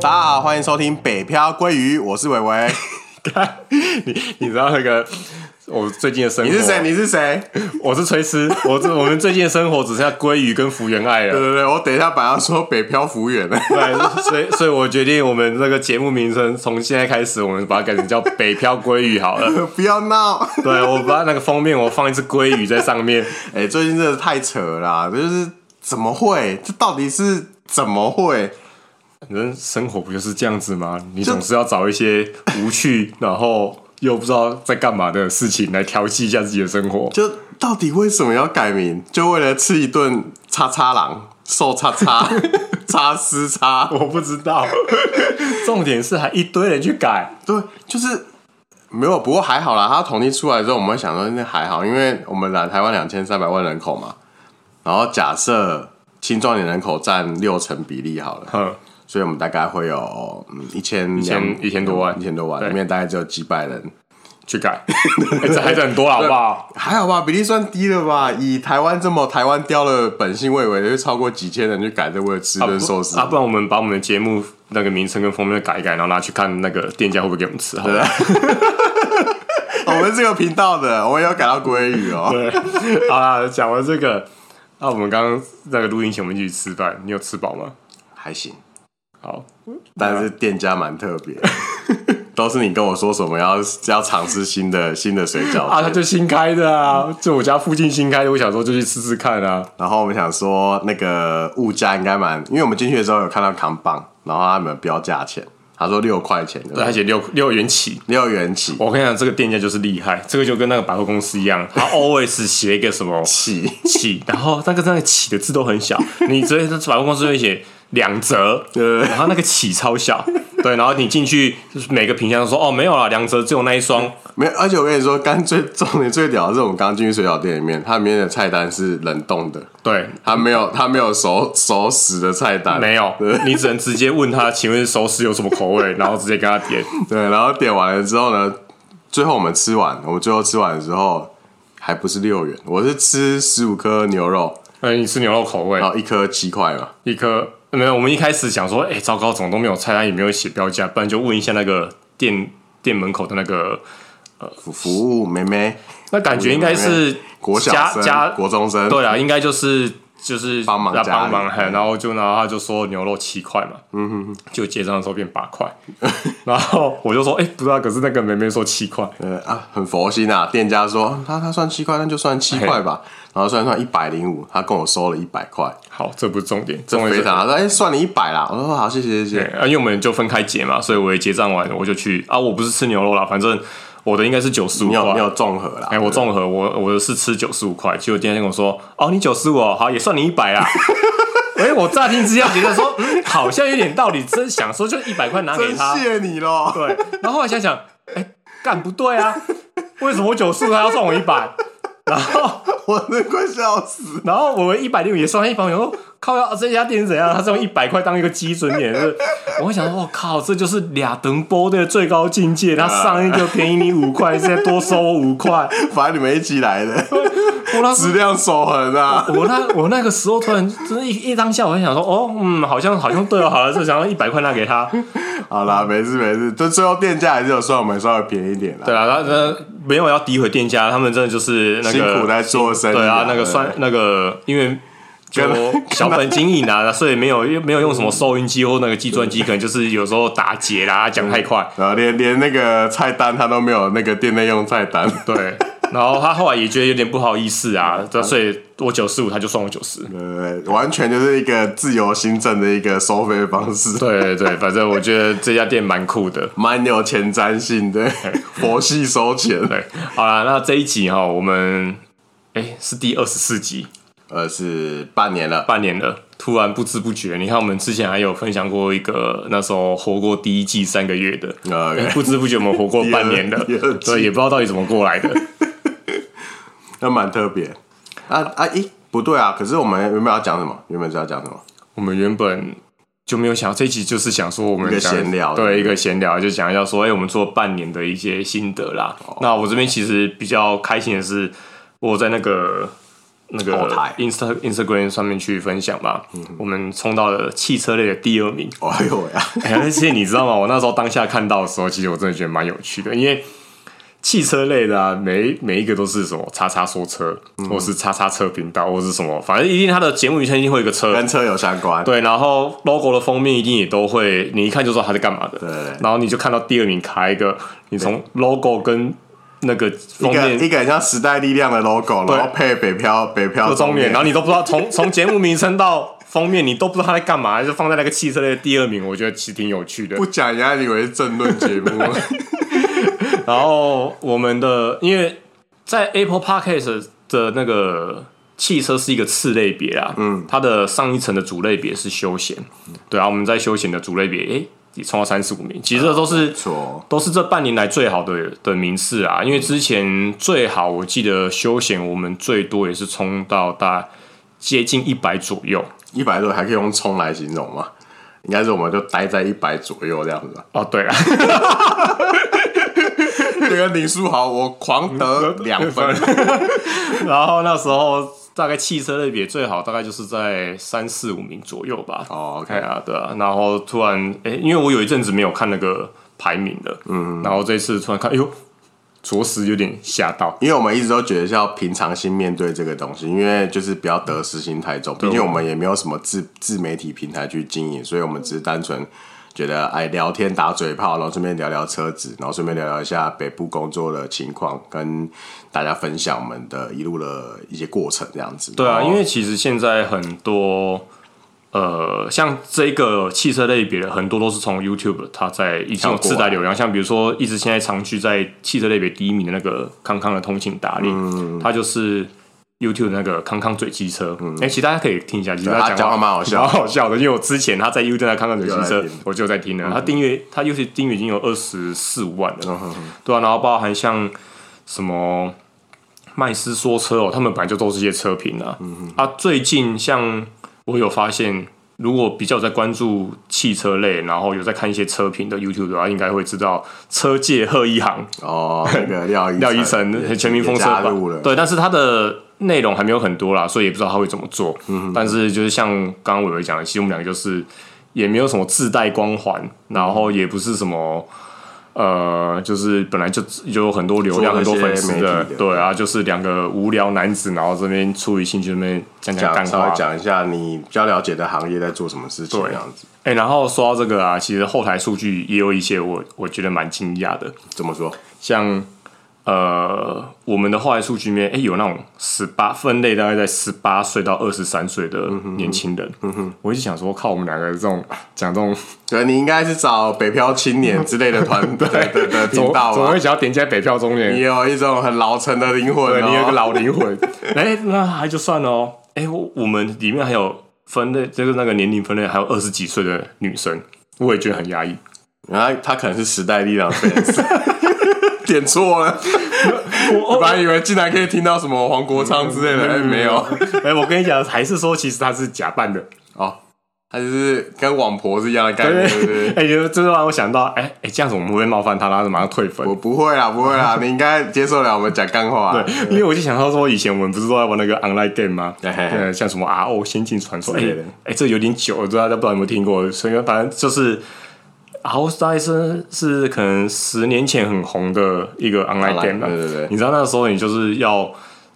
大家好，欢迎收听《北漂鲑鱼》，我是伟伟。看你你知道那个我最近的生活？你是谁？你是谁？对我是崔斯。我这我们最近的生活只剩下鲑鱼跟福原爱了。对对，我等一下把它说北漂服务员了。对，所以所以我决定我们这个节目名称从现在开始，我们把它改成叫“北漂鲑鱼”好了。 不要闹！ 对，我把那个封面我放一只鲑鱼在上面。哎、最近真的太扯了啦，就是怎么会？这到底是怎么会？反正生活不就是这样子吗？你总是要找一些无趣，然后又不知道在干嘛的事情来调剂一下自己的生活。就到底为什么要改名？就为了吃一顿叉叉狼、瘦叉叉、叉丝叉？我不知道， 重点是还一堆人去改。对，就是没有。不过还好啦，它统计出来之后，我们会想说那还好，因为我们来台湾两千三百万人口嘛，然后假设青壮年人口占六成比例好了，哼，所以我们大概会有嗯一千一千一千多万一千多万，对里面大概只有几百人，去改， 欸这还是很多 啦好不好？还好吧，比例算低了吧？以台湾这么台湾雕的本性，我以为会超过几千人去改这为了吃啊不顿寿司啊，，不然我们把我们的节目那个名称跟封面改一改，然后拿去看那个店家会不会给我们吃，好了。我们这个频道的，我也有改到鲑鱼哦。 好啦，讲完这个，那、我们刚刚那个录音前我们一起吃饭，你有吃饱吗？还行，好，但啊是店家蛮特别的，都是你跟我说什么要要尝试新的新的水饺啊，店他就新开的啊，就我家附近新开的，我想说就去试试看啊。然后我们想说那个物价应该蛮，因为我们进去的时候有看到扛棒，然后他们有标价钱，他说六块钱，对不对对，而且六六元起。六元起我跟你讲，这个店家就是厉害，这个就跟那个百货公司一样，他 always 写一个什么起， 起，然后那个那个起的字都很小，你直接百货公司会写两折，对然后那个起超小，对，然后你进去就是每个品相都说哦没有啦，两折只有那一双，没有，而且我跟你说，干最重点最屌的是我们刚进去水饺店里面，它里面的菜单是冷冻的，对，它没有它没有熟熟食的菜单，没有，你只能直接问他，请问熟食有什么口 味，然后直接跟他点。对，然后点完了之后呢，最后我们吃完，我们最后吃完的时候还不是六元，我是吃十五颗牛肉，呃，你吃牛肉口味然，后一颗七块嘛，一颗没有。我们一开始想说，哎、糟糕，怎么都没有菜单，也没有写标价，不然就问一下那个店店门口的那个，服服务妹妹，那感觉应该是国小家生、家国中生，对啊，应该就是就是帮忙要家帮里嗯忙，嘿然后就然后他就说牛肉七块嘛，嗯哼哼，就结账的时候变八 块，然后我就说，哎、不知道，可是那个妹妹说七块，呃啊，很佛心啊。店家说嗯他他算七块，那就算七块吧。然后算一算一百零五，他跟我收了一百块，好，这不是重点，这重点非是常他说哎、算你一百啦。我说好，谢谢谢对谢。啊，因为我们就分开结嘛，所以我也结账完我就去啊，我不是吃牛肉啦，反正我的应该是九十五你有你啊块有。综合啦，哎、我综合我我是吃九十五块，结果店家跟我说，哦，你九十五，好，也算你一 百啦。哎、我乍听之下觉得说，嗯，好像有点道理，真想说就一百块拿给真他，谢你喽。对。然后后来想想，哎、干不对啊，为什么我九十五他要算我一百？然后我真的快笑死。然后我一百六也算一百，我说靠呀，这家店是怎样？他是用一百块当一个基准点，是不是？我会想说，我哦靠，这就是俩等波的最高境界。他上一个便宜你五块，现在多收我五块。反正你们一起来的，我那时质量守恒啊。我那我那个时候突然真的一一当下，我就想说，哦，嗯，好像好像对哦，好了，就想要一百块拿给他。好嗯啦，没事没事，就最后店家还是有算我们稍微便宜一点啦。对啊，他那没有要诋毁店家，他们真的就是那个辛苦在做生意啊对啊，那个算那个因为。就跟小本经营 啊，所以没有没有用什么收音机或那个计算机，可能就是有时候打结啦，讲太快。然后啊连连那个菜单他都没有，那个店内用菜单。对，然后他后来也觉得有点不好意思啊，对所以我九十五，他就算我九十。呃，完全就是一个自由新政的一个收费方式，对对对，反正我觉得这家店蛮酷的。蛮有前瞻性的，佛系收钱。对，好啦，那这一集哈，我们哎、是第二十四集，呃，是半年了，半年了，突然不知不觉，你看我们之前还有分享过一个那时候活过第一季三个月的，呃， 不知不觉我们活过半年了 第二，季对，也不知道到底怎么过来的。 那蛮特别。啊啊，咦、不对啊，可是我们原本要讲什么？原本是要讲什么？我们原本就没有想到这一集，就是想说我们一个讲闲聊对一个闲聊，就讲一下说，哎、我们做半年的一哦些心得啦。那我这边其实比较开心的是，我在那个那后个台 Insta Instagram 上面去分享吧。嗯我们冲到了汽车类的第二名。哎呦呀，哎、而且你知道吗？我那时候当下看到的时候，其实我真的觉得蛮有趣的，因为汽车类的啊，每每一个都是什么叉叉说车，或是叉叉车频道，或是什么，反正一定它的节目名称一定会有一个车， 跟车有相关。对，然后 logo 的封面一定也都会，你一看就知道它是干嘛的。对然后你就看到第二名卡一个，你从 logo 跟那个封一个一面个很像时代力量的 logo，对然后配北漂北漂到终点，然后后你都不知道从从节目名称到封面，你都不知道它在干嘛，就放在那个汽车类的第二名，我觉得其实挺有趣的不。讲人家以为是政论节 目，然后我们的因为在 Apple Podcast 的那个汽车是一个次类别啦，嗯，它的上一层的主类别是休闲，对啊，我们在休闲的主类别，诶，也冲到三十五名，其实这都是错，都是这半年来最好的的名次啊，因为之前最好我记得休闲我们最多也是冲到大接近一百左右一百多还可以用冲来形容嘛？应该是我们就待在一百左右这样子吧。哦，对了，这个林书豪，我狂得两 分， 然后那时候大概汽车类别最好大概就是在三四五名左右吧。哦，OK 对啊，对啊，然后突然哎，因为我有一阵子没有看那个排名了，嗯，然后这一次突然看，哎呦，着实有点吓到。因为我们一直都觉得是要平常心面对这个东西，因为就是不要得失心太重，毕竟我们也没有什么自自媒体平台去经营，所以我们只是单纯觉得哎聊天打嘴炮，然后顺便聊聊车子，然后顺便聊聊一下北部工作的情况，跟大家分享我们的一路的一些过程这样子。哦对啊，然后因为其实现在很多呃，像这个汽车类别的很多都是从 YouTube 它在已经有自带流量，像比如说一直现在长期在汽车类别第一名的那个康康的通勤达理，嗯它就是。YouTube 那个康康嘴机车，哎、其实大家可以听一下，其实对他讲讲话蛮好笑蛮好笑的。因为我之前他在 YouTube 那康康嘴机有车在听，嗯我就有在听了。他订阅他 YouTube 订阅已经有二十四五万了，嗯对啊，然后包含像什么麦斯说车哦，他们本来就都是一些车评啊。嗯啊，最近像我有发现，如果比较有在关注汽车类，然后有在看一些车评的 YouTube 的话，应该会知道车界贺一航哦，那个廖一廖一晨也全民风车也加榜入了，对，但是他的内容还没有很多啦，所以也不知道他会怎么做。嗯但是就是像刚刚伟伟讲的，其实我们两个就是也没有什么自带光环，然后也不是什么。呃，就是本来就有很多流量、做很这多些粉丝的媒体，的对啊，就是两个无聊男子，然后这边出于兴趣，这边讲讲讲干稍话微，讲一下你比较了解的行业在做什么事情对这样子。哎、然后说到这个啊，其实后台数据也有一些我我觉得蛮惊讶的，怎么说？像呃我们的后台数据里面，哎、有那种十八分类大概在十八岁到二十三岁的年轻人，嗯哼，我一直想说，靠，我们两个这种 讲这种对，你应该是找北漂青年之类的 团队的的怎频么道怎么吧会？想要点击在北漂中你年？有一种很老成的灵魂、对哦，你有一个老灵 魂，哎、那还就算了哦，哎、我我们里面还有分类，就是那个年龄分类，还有二十几岁的女生，我也觉得很压抑。然后他可能是时代力量 fans，点错了。我本来以为竟然可以听到什么黄国昌之类的，哎、没 有，哎、我跟你讲，还是说其实他是假扮的。哦，他就是跟网婆是一样的概念，对不 对？哎、就真的让我想到，哎、哎、这样子我们会不会冒犯他，然后马上退粉我？不会啦，不会啦，你应该接受了我们讲干话。对， 因为我就想到说，以前我们不是都在玩那个 online game 吗？哎嘿嘿嘿对，像什么 RO《仙境传说》之哎、类的哎这有点久了，大家不知道有没有听过。所以反正就是，RO 大概是是可能十年前很红的一个 online online， game 啊对对对你知道那时候你就是要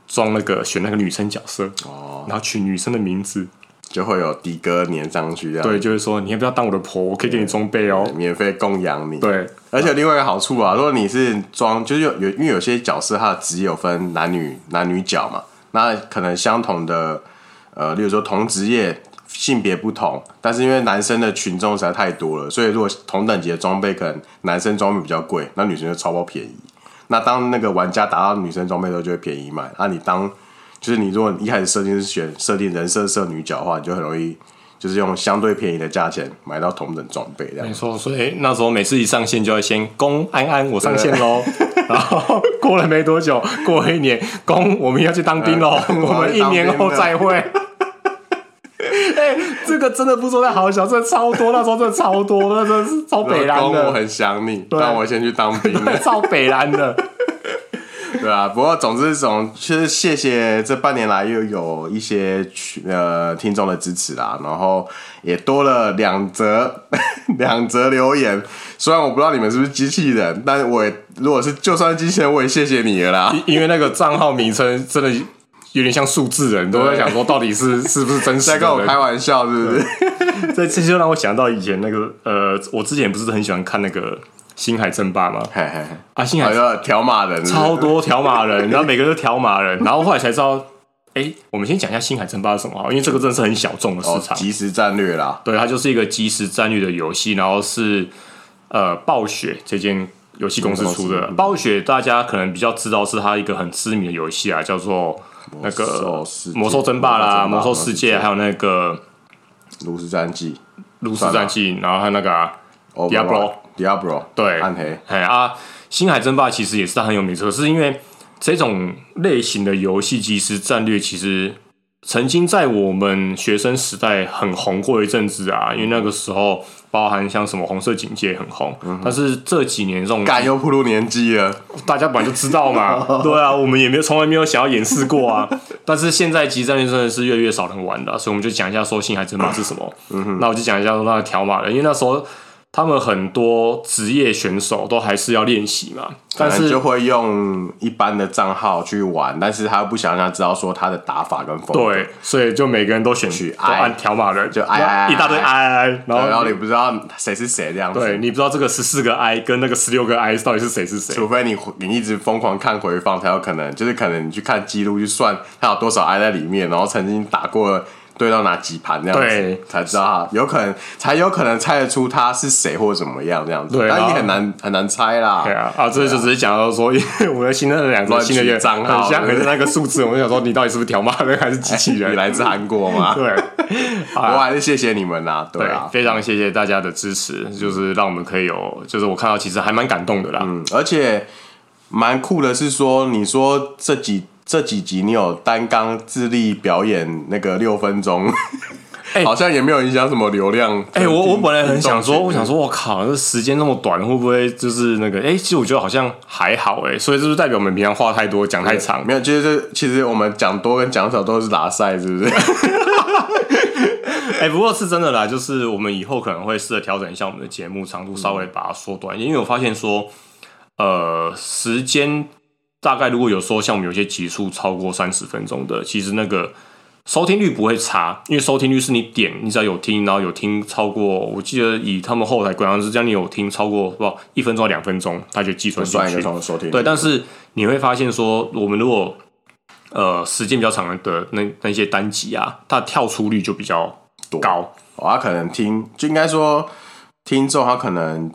装那个选那个女生角色，哦，然后取女生的名字，就会有的哥粘上去，这样对，就是说你要不要当我的婆，我可以给你装备哦。免费供养你。。对，而且另外一个好处啊，如果你是装，就是有有，因为有些角色它的职业有分男女男女角嘛，那可能相同的，呃，例如说同职业性别不同，但是因为男生的群众实在太多了，所以如果同等级的装备，可能男生装备比较贵，那女生就超爆便宜。那当那个玩家达到女生装备的时候，就会便宜买。那你当就是你如果一开始设定是选设定人设设女角的话，你就很容易就是用相对便宜的价钱买到同等装备这样没。错，哦所以那时候每次一上线就要先公安安我上线喽， 然后过了没多久，过了一年，公我们要去当兵喽，嗯 我们一年后再会。 哎、这个真的不说在好小，真的超多，那时候真的超多，那真的是超北老蓝 公，我的， 很想你，但我先去当兵了。超北蓝的。对啊，不过总之总就是谢谢这半年来又有一些群呃听众的支持啦，然后也多了两则 两则留言。虽然我不知道你们是不是机器人，但是我也如果是就算是机器人，我也谢谢你了 啦。因因为那个账号名称真的有点像数字人，都在想说到底 是是不是真在实的人。跟我开玩笑是不是？这这就让我想到以前那个呃，我之前不是很喜欢看那个《星海争霸》吗？嘿嘿嘿，啊，星好海像条码人是不是超多条码人，然后每个都条码人，然后后来才知道，哎，我们先讲一下《星海争霸》是什么好了，因为这个真的是很小众的市哦，场。即时战略啦，对，它就是一个即时战略的游戏，然后是呃暴雪这间游戏公司出的。暴雪大家可能比较知道是它一个很知名的游戏啊，叫做那个魔兽世《界魔兽争霸》啦，《魔魔兽兽世世界界》还有那个《炉石战记炉石战记》，然后还有那个、啊。Diablo Diablo 对，暗黑，哎啊，星海争霸其实也是它很有名，可是因为这种类型的游戏即时战略，其实曾经在我们学生时代很红过一阵子啊，因为那个时候包含像什么红色警戒很红，但是这几年这种干又步入年纪了，大家本来就知 道嘛，对啊，我们也没有从来没有想要掩饰过啊。但是现在即时战略真的是越来越少人玩了，所以我们就讲一下说星海争霸是什么。嗯那我就讲一下说那个条码人，因为那时候他们很多职业选手都还是要练习嘛， 但可能是就会用一般的账号去玩，但是他又不想让他知道说他的打法跟风格。对，所以就每个人都选去都挨按条码人，就挨然后挨一大堆挨挨挨，对，然然后后你不知道谁是谁这样子。对你不知道这个十四个 I 跟那个十六个 I 到底是谁是谁，除非你你一直疯狂看回放，才有可能，就是可能你去看记录去算他有多少挨在里面，然后曾经打过对到哪几盘这样对子，才知道他有可能才有可能猜得出他是谁或怎么样这样子。对但然你后很难很难猜啦。对啊，啊，这就只是讲到说，因为我们新的两个乱新的取月账号很像，对很像那个数字，我们想说你到底是不是条码人还是机器你人？来自韩国嘛？ 对啊我还是谢谢你们啦，对对嗯啊，，非常谢谢大家的支持，就是让我们可以有，就是我看到其实还蛮感动的啦。嗯，而且蛮酷的是说，你说这几这几集你有单纲自立表演那个六分钟，哎好像也没有影响什么流量。哎、我我本来很嗯想说，听众我想说，我靠，这时间那么短，会不会就是那个？哎、其实我觉得好像还好、哎，所以这是代表我们平常话太多，讲太长没。有，就是其实我们讲多跟讲少都是拉塞，是 不是？哎、不过是真的啦，就是我们以后可能会试着调整一下我们的节目长度，稍微把它缩短一点，因为我发现说，呃，时间大概如果有时候像我们有些集数超过三十分钟的，其实那个收听率不会差，因为收听率是你点，你只要有听，然后有听超过，我记得以他们后台规划是这样，你有听超过不一分钟到两分钟，它就计算进算一去个。从收听率对，但是你会发现说，我们如果呃时间比较长的那那些单集啊，它的跳出率就比较多高。哦他可能听，就应该说听众他可能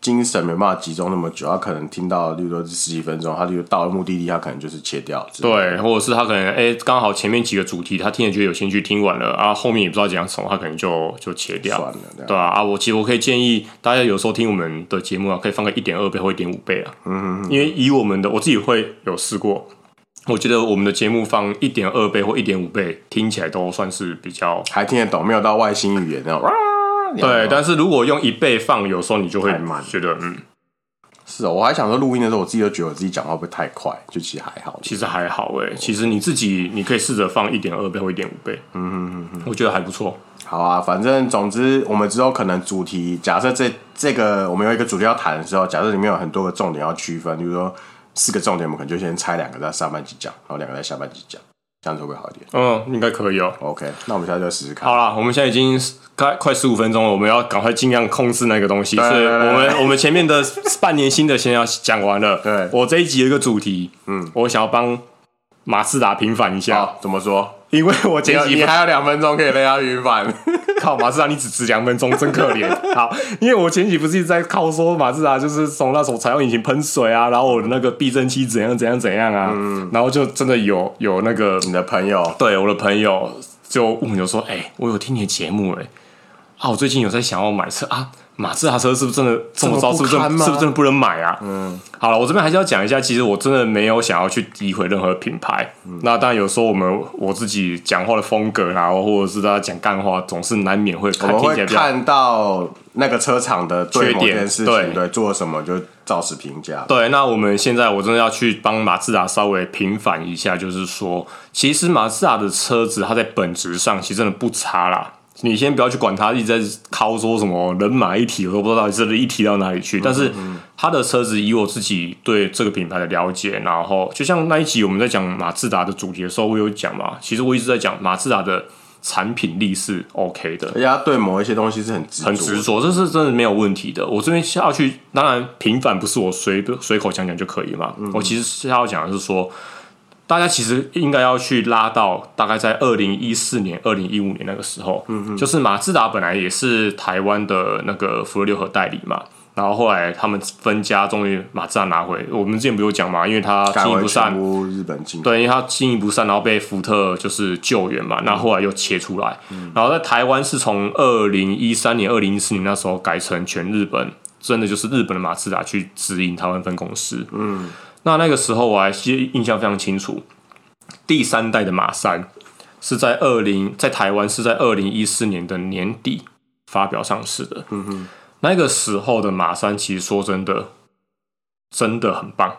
精神没办法集中那么久，他可能听到，例如说十几分钟，他就到了目的地，他可能就是切掉。对对，或者是他可能哎，刚、好前面几个主题他听了觉得有兴趣，听完了啊，后面也不知道讲什么，他可能就就切算掉了。这样对啊，啊，我其实我可以建议大家有时候听我们的节目啊，可以放个一点二倍或一点五倍啊。嗯嗯因为以我们的，我自己会有试过，我觉得我们的节目放一点二倍或一点五倍，听起来都算是比较还听得懂，没有到外星语言那种。哇对。但是如果用一倍放，有时候你就会太慢觉得嗯，是哦，我还想说录音的时候，我自己都觉得我自己讲话会不会太快，就其实还好。其实还好哎、其实你自己你可以试着放一点二倍或一点五倍，嗯嗯嗯，我觉得还不错。好啊，反正总之，我们之后可能主题，假设这这个我们有一个主题要谈的时候，假设里面有很多个重点要区分，比如说四个重点，我们可能就先拆两个在上半集讲，然后两个在下半集讲，这样子会不会好一点嗯，应该可以哦、 ？OK，那我们现在就试试看。好啦，我们现在已经快快十五分钟了，我们要赶快尽量控制那个东西。对所以对对我们我们前面的 半年新的先要讲完了。对我这一集有一个主题，嗯，我想要帮马自达平反一下，好，怎么说？因为我你前有几你集还有两分钟可以被他晕 反，靠马自达，你只值两分钟，真可怜。好，因为我前几不是一直在靠说马自达就是从那种采用引擎喷水啊，然后我的那个避震器怎样怎样怎样啊，然后就真的有有那个你的朋友对我的朋友就问我说：“哎、我有听你的节目哎、啊，我最近有在想要买车啊，马自达车是不是真的这么糟？这么不是不是真堪的吗是不是真的不能买啊？”嗯，好了，我这边还是要讲一下，其实我真的没有想要去诋毁任何品牌。那当然有时候我们我自己讲话的风格啊，或者是大家讲干话，总是难免会我看们听起来会比较看到那个车厂的对缺某点件事对情，对，做了什么就照实评价。对，那我们现在我真的要去帮马自达稍微平反一下，就是说，其实马自达的车子它在本质上其实真的不差啦。你先不要去管它一直在靠说什么人马一体，我都不知道这一体到哪里去。但是它的车子，以我自己对这个品牌的了解，然后就像那一集我们在讲马自达的主题的时候，我有讲嘛，其实我一直在讲马自达的产品力是 OK 的，而且他对某一些东西是很执着，很执着，这是真的没有问题的。我这边下去，当然平反不是我随随口讲讲就可以嘛。嗯我其实是要讲的是说，大家其实应该要去拉到大概在二零一四年、二零一五年那个时候，嗯就是马自达本来也是台湾的那个福六合代理嘛。然后后来他们分家，终于马自达拿回。我们之前不有讲嘛，因为他改经营为不善全，屋日本进口。对，因为他经营不善，然后被福特就是救援嘛，那后来又切出来，然后在台湾是从二零一三年、二零一四年那时候改成全日本，真的就是日本的马自达去直营台湾分公司。嗯，那那个时候我还记印象非常清楚，第三代的马三是在二零在台湾是在二零一四年的年底发表上市的。嗯哼，那个时候的马三其实说真的，真的很棒。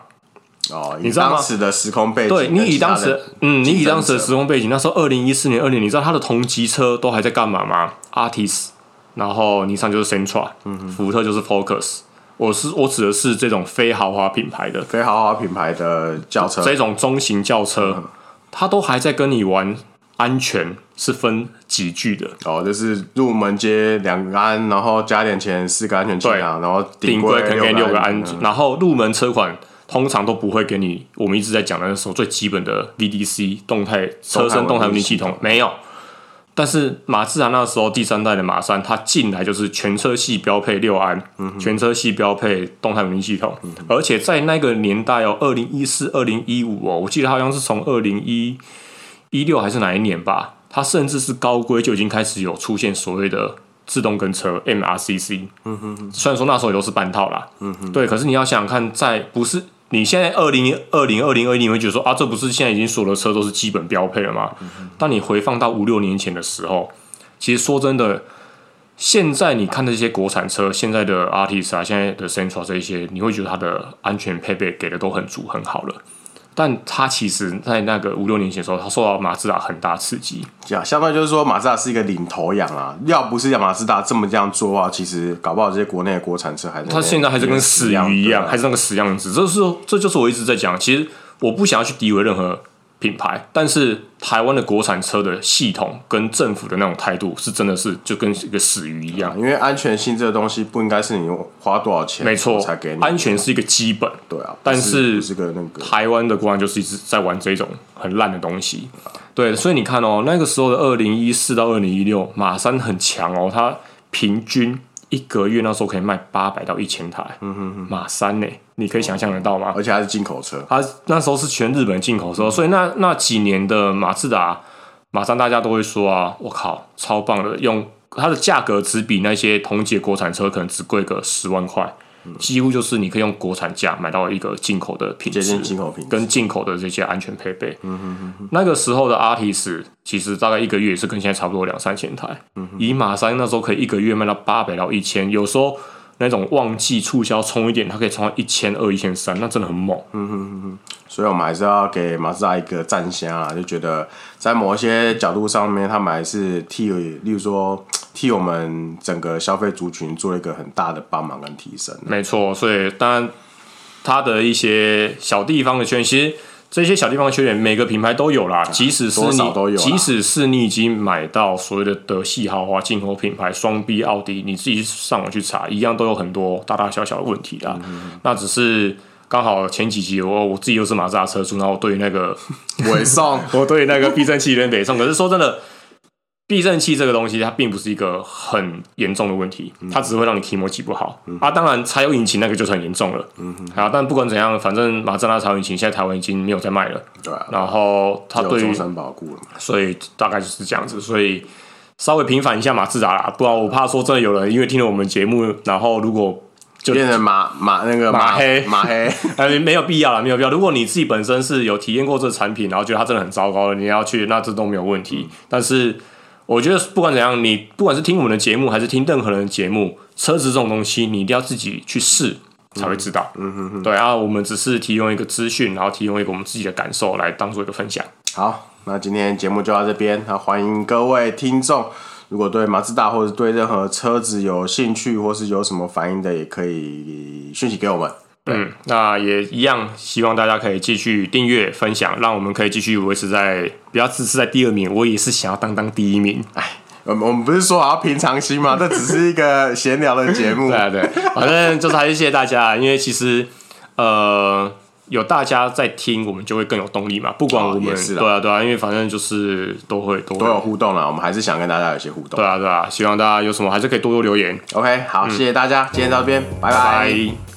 哦，你你知道吗当时的时空背景对跟其他的，你以当时，嗯，你以当时竞争者的时空背景，那时候二零一四年、二零，你知道它的同级车都还在干嘛吗？Artis，然后尼桑就是 Sentra，、福嗯特就是 Focus。我是我指的是这种非豪华品牌的非豪华品牌的轿车，这种中型轿车，嗯它都还在跟你玩安全是分级距的，哦，就是入门街两个安，然后加点钱四个安全气囊，然后顶规规可能给给你六个安全。，然后入门车款通常都不会给你我们一直在讲的那时候最基本的 VDC 动态车身动态稳定系统没有。但是马自达那时候第三代的马三，它进来就是全车系标配六安，全车系标配动态稳定系统，而且在那个年代哦，二零一四、二零一五哦，我记得好像是从二零一一六还是哪一年吧，它甚至是高规就已经开始有出现所谓的自动跟车 MRCC，虽然说那时候也都是半套啦，嗯哼，对，可是你要想想看，在不是你现在二零二零二零二一，你会觉得说啊，这不是现在已经所有的车都是基本标配了吗？当你回放到五六年前的时候，其实说真的，现在你看这些国产车，现在的 Artis 啊，现在的 Sentra 这一些，你会觉得它的安全配备给的都很足很好了。但它其实，在那个五六年前的时候，它受到马自达很大刺激，这样相当于就是说，马自达是一个领头羊啊。要不是马自达这么这样做啊，其实搞不好这些国内的国产车还是它现在还是跟死鱼一样，还是那个死样子。这是这就是我一直在讲，其实我不想要去诋毁任何品牌，但是台湾的国产车的系统跟政府的那种态度，是真的是就跟一个死鱼一样。因为安全性这个东西不应该是你花多少钱没错，才给你安全是一个基本。对啊，但不是是不是个那个台湾的国安就是一直在玩这种很烂的东西。对，所以你看哦，那个时候的二零一四到二零一六，马三很强哦，它平均一个月那时候可以卖八百到一千台。嗯哼哼，马三呢，你可以想象得到吗？而且还是进口车，它那时候是全日本进口嗯车，所以那那几年的马自达，马上大家都会说啊，我靠，超棒的，用它的价格只比那些同级的国产车可能只贵个十万块，嗯几乎就是你可以用国产价买到一个进口的品接质近，进口嗯品质。跟进口的这些安全配备。那个时候的 Artis 其实大概一个月也是跟现在差不多两三千台，嗯以马三那时候可以一个月卖到八百到一千，有时候。那种旺季促销冲一点，它可以冲到一千二、一千三，那真的很猛。所以我们还是要给马自达一个赞香啊，就觉得在某一些角度上面，他们还是替，例如说替我们整个消费族群做了一个很大的帮忙跟提升。没错，所以当然它的一些小地方的缺点，其实这些小地方的缺点每个品牌都有啦。即使是啊多你少都有啦即使是你已经买到所谓的德系豪华进口品牌双 B 奥迪，你自己上网去查，一样都有很多大大小小的问题啦。嗯那只是刚好前几集我我自己又是马自达车主，然后我对于那个尾送 我对那个避震器有点北宋。可是说真的，避震器这个东西它并不是一个很严重的问题，嗯它只会让你提摩起不好、啊。当然，柴油引擎那个就是很严重了。嗯啊，但不管怎样，反正马自达柴油引擎现在台湾已经没有在卖了。对啊，然后它只有对于终，身保固了嘛。所以大概就是这样子。所以稍微平反一下马自达啦，不然我怕说真的有人因为听了我们节目，然后如果就变成马马那个马黑马黑，呃，没有必要啦，没有必要。如果你自己本身是有体验过这个产品，然后觉得它真的很糟糕了，你要去，那这都没有问题。但是我觉得不管怎样，你不管是听我们的节目还是听任何人的节目，车子这种东西，你一定要自己去试。才会知道。嗯哼哼，对啊，我们只是提供一个资讯，然后提供一个我们自己的感受来当做一个分享。好，那今天节目就到这边。那欢迎各位听众，如果对马自达或者对任何车子有兴趣，或是有什么反应的，也可以讯息给我们。嗯，那也一样，希望大家可以继续订阅、分享，让我们可以继续维持在不要只是在第二名，我也是想要当当第一名。呃我们我们不是说好要平常心吗？这只是一个闲聊的节目 对。啊，对，反正就是还是谢谢大家，啊因为其实呃有大家在听，我们就会更有动力嘛。不管哦我们、也是啦哦对啊对啊，因为反正就是都会都都会有互动了，我们还是想跟大家有一些互动啊对。啊对啊，希望大家有什么还是可以多多留言。 OK，好，谢谢大家，今天到这边，拜拜拜